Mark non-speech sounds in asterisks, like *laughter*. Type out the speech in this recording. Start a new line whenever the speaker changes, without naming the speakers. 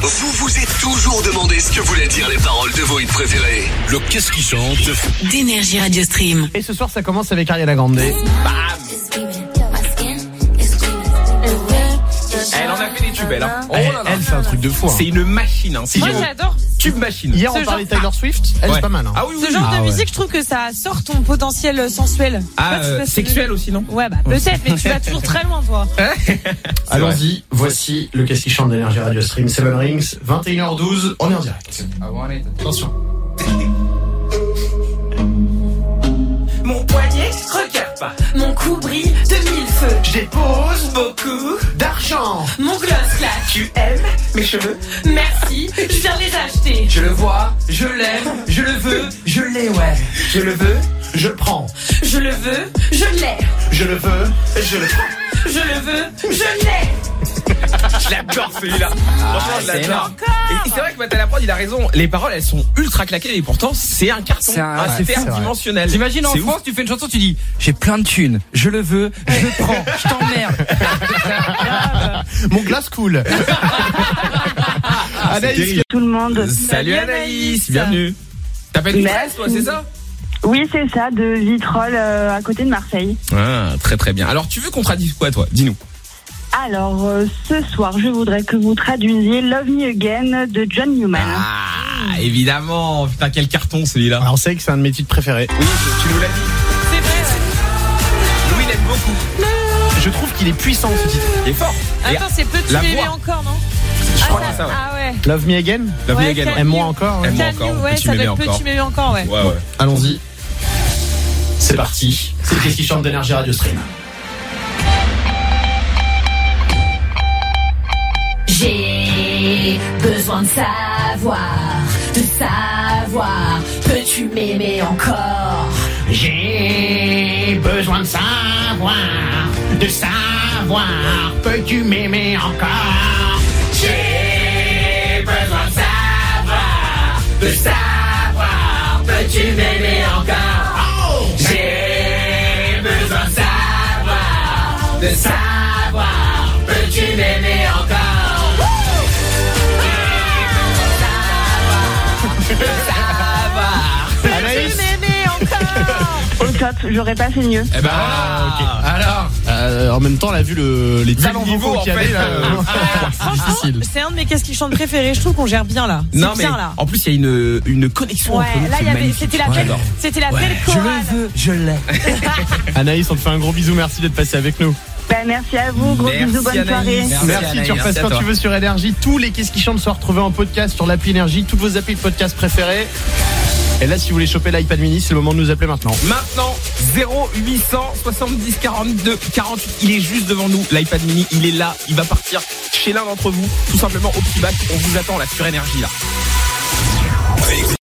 Vous vous êtes toujours demandé ce que voulaient dire les paroles de vos hits préférés.
Le qu'est-ce qui chante
d'énergie Radio Stream.
Et ce soir, ça commence avec Ariana
Oh
Grande.
Elle en a fait des tubes, elle. hein. Oh là
elle,
là.
elle, c'est un truc de fou. hein.
C'est une machine, hein. C'est
Moi,
une
j'adore.
tube machine.
Hier, on
ce
parlait de
genre-
Taylor Swift. Elle,
Ouais.
c'est pas mal. hein.
Ah oui, oui,
Ce
oui.
genre
Ah
de
ouais.
musique, je trouve que ça sort ton potentiel sensuel.
Ah,
Je sais pas si
euh,
ça se-
sexuel aussi, non
Ouais, bah peut-être, mais tu vas toujours très loin, toi.
Allons-y, voici le qu'est-ce qui chante d'énergie Radio Stream 7 Rings, 21h12, on est en direct. Attention.
Mon poignet, regarde pas.
Mon cou brille de mille feux.
Je dépose
Beaucoup.
d'argent
Mon gloss clash.
Tu aimes mes cheveux
Merci, je viens les acheter.
Je le vois, je l'aime, je le veux, je l'ai, ouais. Je le veux,
Je le prends,
Je le veux, je l'ai.
je le veux, je le prends.
Je le veux, je l'ai.
je l'adore celui-là. Franchement, je l'adore. Et c'est vrai que Matal Prod, il a raison. Les paroles, elles sont ultra claquées et pourtant, c'est un carton.
C'est un-
Ah,
ouais,
C'est
c'est vrai.
interdimensionnel.
T'imagines en
C'est ouf.
France, tu fais une chanson, tu dis j'ai plein de thunes, je le veux, je le prends, je t'emmerde.
Mon glace cool. Anaïs,
Tout le monde.
Salut Anaïs, bienvenue. T'appelles une presse, toi, c'est ça
Oui, c'est ça, de Vitrolles, euh, à côté de Marseille.
Ah, très très bien. Alors, tu veux qu'on traduise quoi, toi Dis-nous.
Alors, euh, ce soir, je voudrais que vous traduisiez Love Me Again de John Newman.
Ah, évidemment. Putain, quel carton celui-là.
on sait que c'est un de mes titres préférés.
Oui, tu nous l'as dit.
C'est vrai.
Louis l'aime beaucoup.
Je trouve qu'il est puissant ce titre.
Il est fort. Ah. Et
Attends, c'est petit
la
bébé
voix.
encore, non
je crois que
ah,
c'est ça, ouais.
ah ouais.
Love me again
La
Ouais,
voix gagne.
ça-
Aime-moi encore hein.
Aime-moi
Damn you,
encore,
ouais,
petit
ça doit
bébé
être
encore.
petit bébé encore, ouais.
Ouais, ouais.
Allons-y. C'est parti. C'est qu'est-ce qui chante d'énergie Radio Stream
J'ai besoin de savoir, de savoir, peux-tu m'aimer encore
J'ai besoin de savoir, de savoir, peux-tu m'aimer encore J'ai besoin de savoir, de savoir, peux-tu m'aimer encore J'ai besoin de savoir, de savoir, peux-tu m'aimer encore Ah,
Petit bébé
*laughs*
encore.
Au top, j'aurais pas fait mieux.
Eh ben
Ah.
voilà.
Alors Euh, En même temps, on a vu le, les talents
niveau,
vocaux
en
qu'il y avait
fait.
là. euh, *laughs*
Franchement,
Difficile.
c'est un de mes qu'est-ce qui chante préférés. Je trouve qu'on gère bien là. C'est
Non mais
bien, là.
en plus il y a une une connexion entre
Ouais,
nous,
là
c'est
il y avait,
magnifique.
c'était la
Ouais,
belle,
j'adore.
c'était la belle chorale.
veux, je l'ai.
Anaïs, on te fait un gros bisou, merci d'être passé avec nous.
Bah, merci à vous, gros
Merci,
bisous, bonne
Anaïs.
soirée.
Merci,
Merci,
Anaïs,
tu repasses
merci à
quand
toi.
tu veux sur Énergie. Tous les Qu'est-ce qui chantent sont retrouvés en podcast sur l'appli Énergie, toutes vos applis de podcast préférées. Et là, si vous voulez choper l'iPad mini, c'est le moment de nous appeler maintenant.
Maintenant 0800 70 42 48, il est juste devant nous l'iPad mini, il est là, il va partir chez l'un d'entre vous, tout simplement au petit bac, on vous attend la sur énergie là.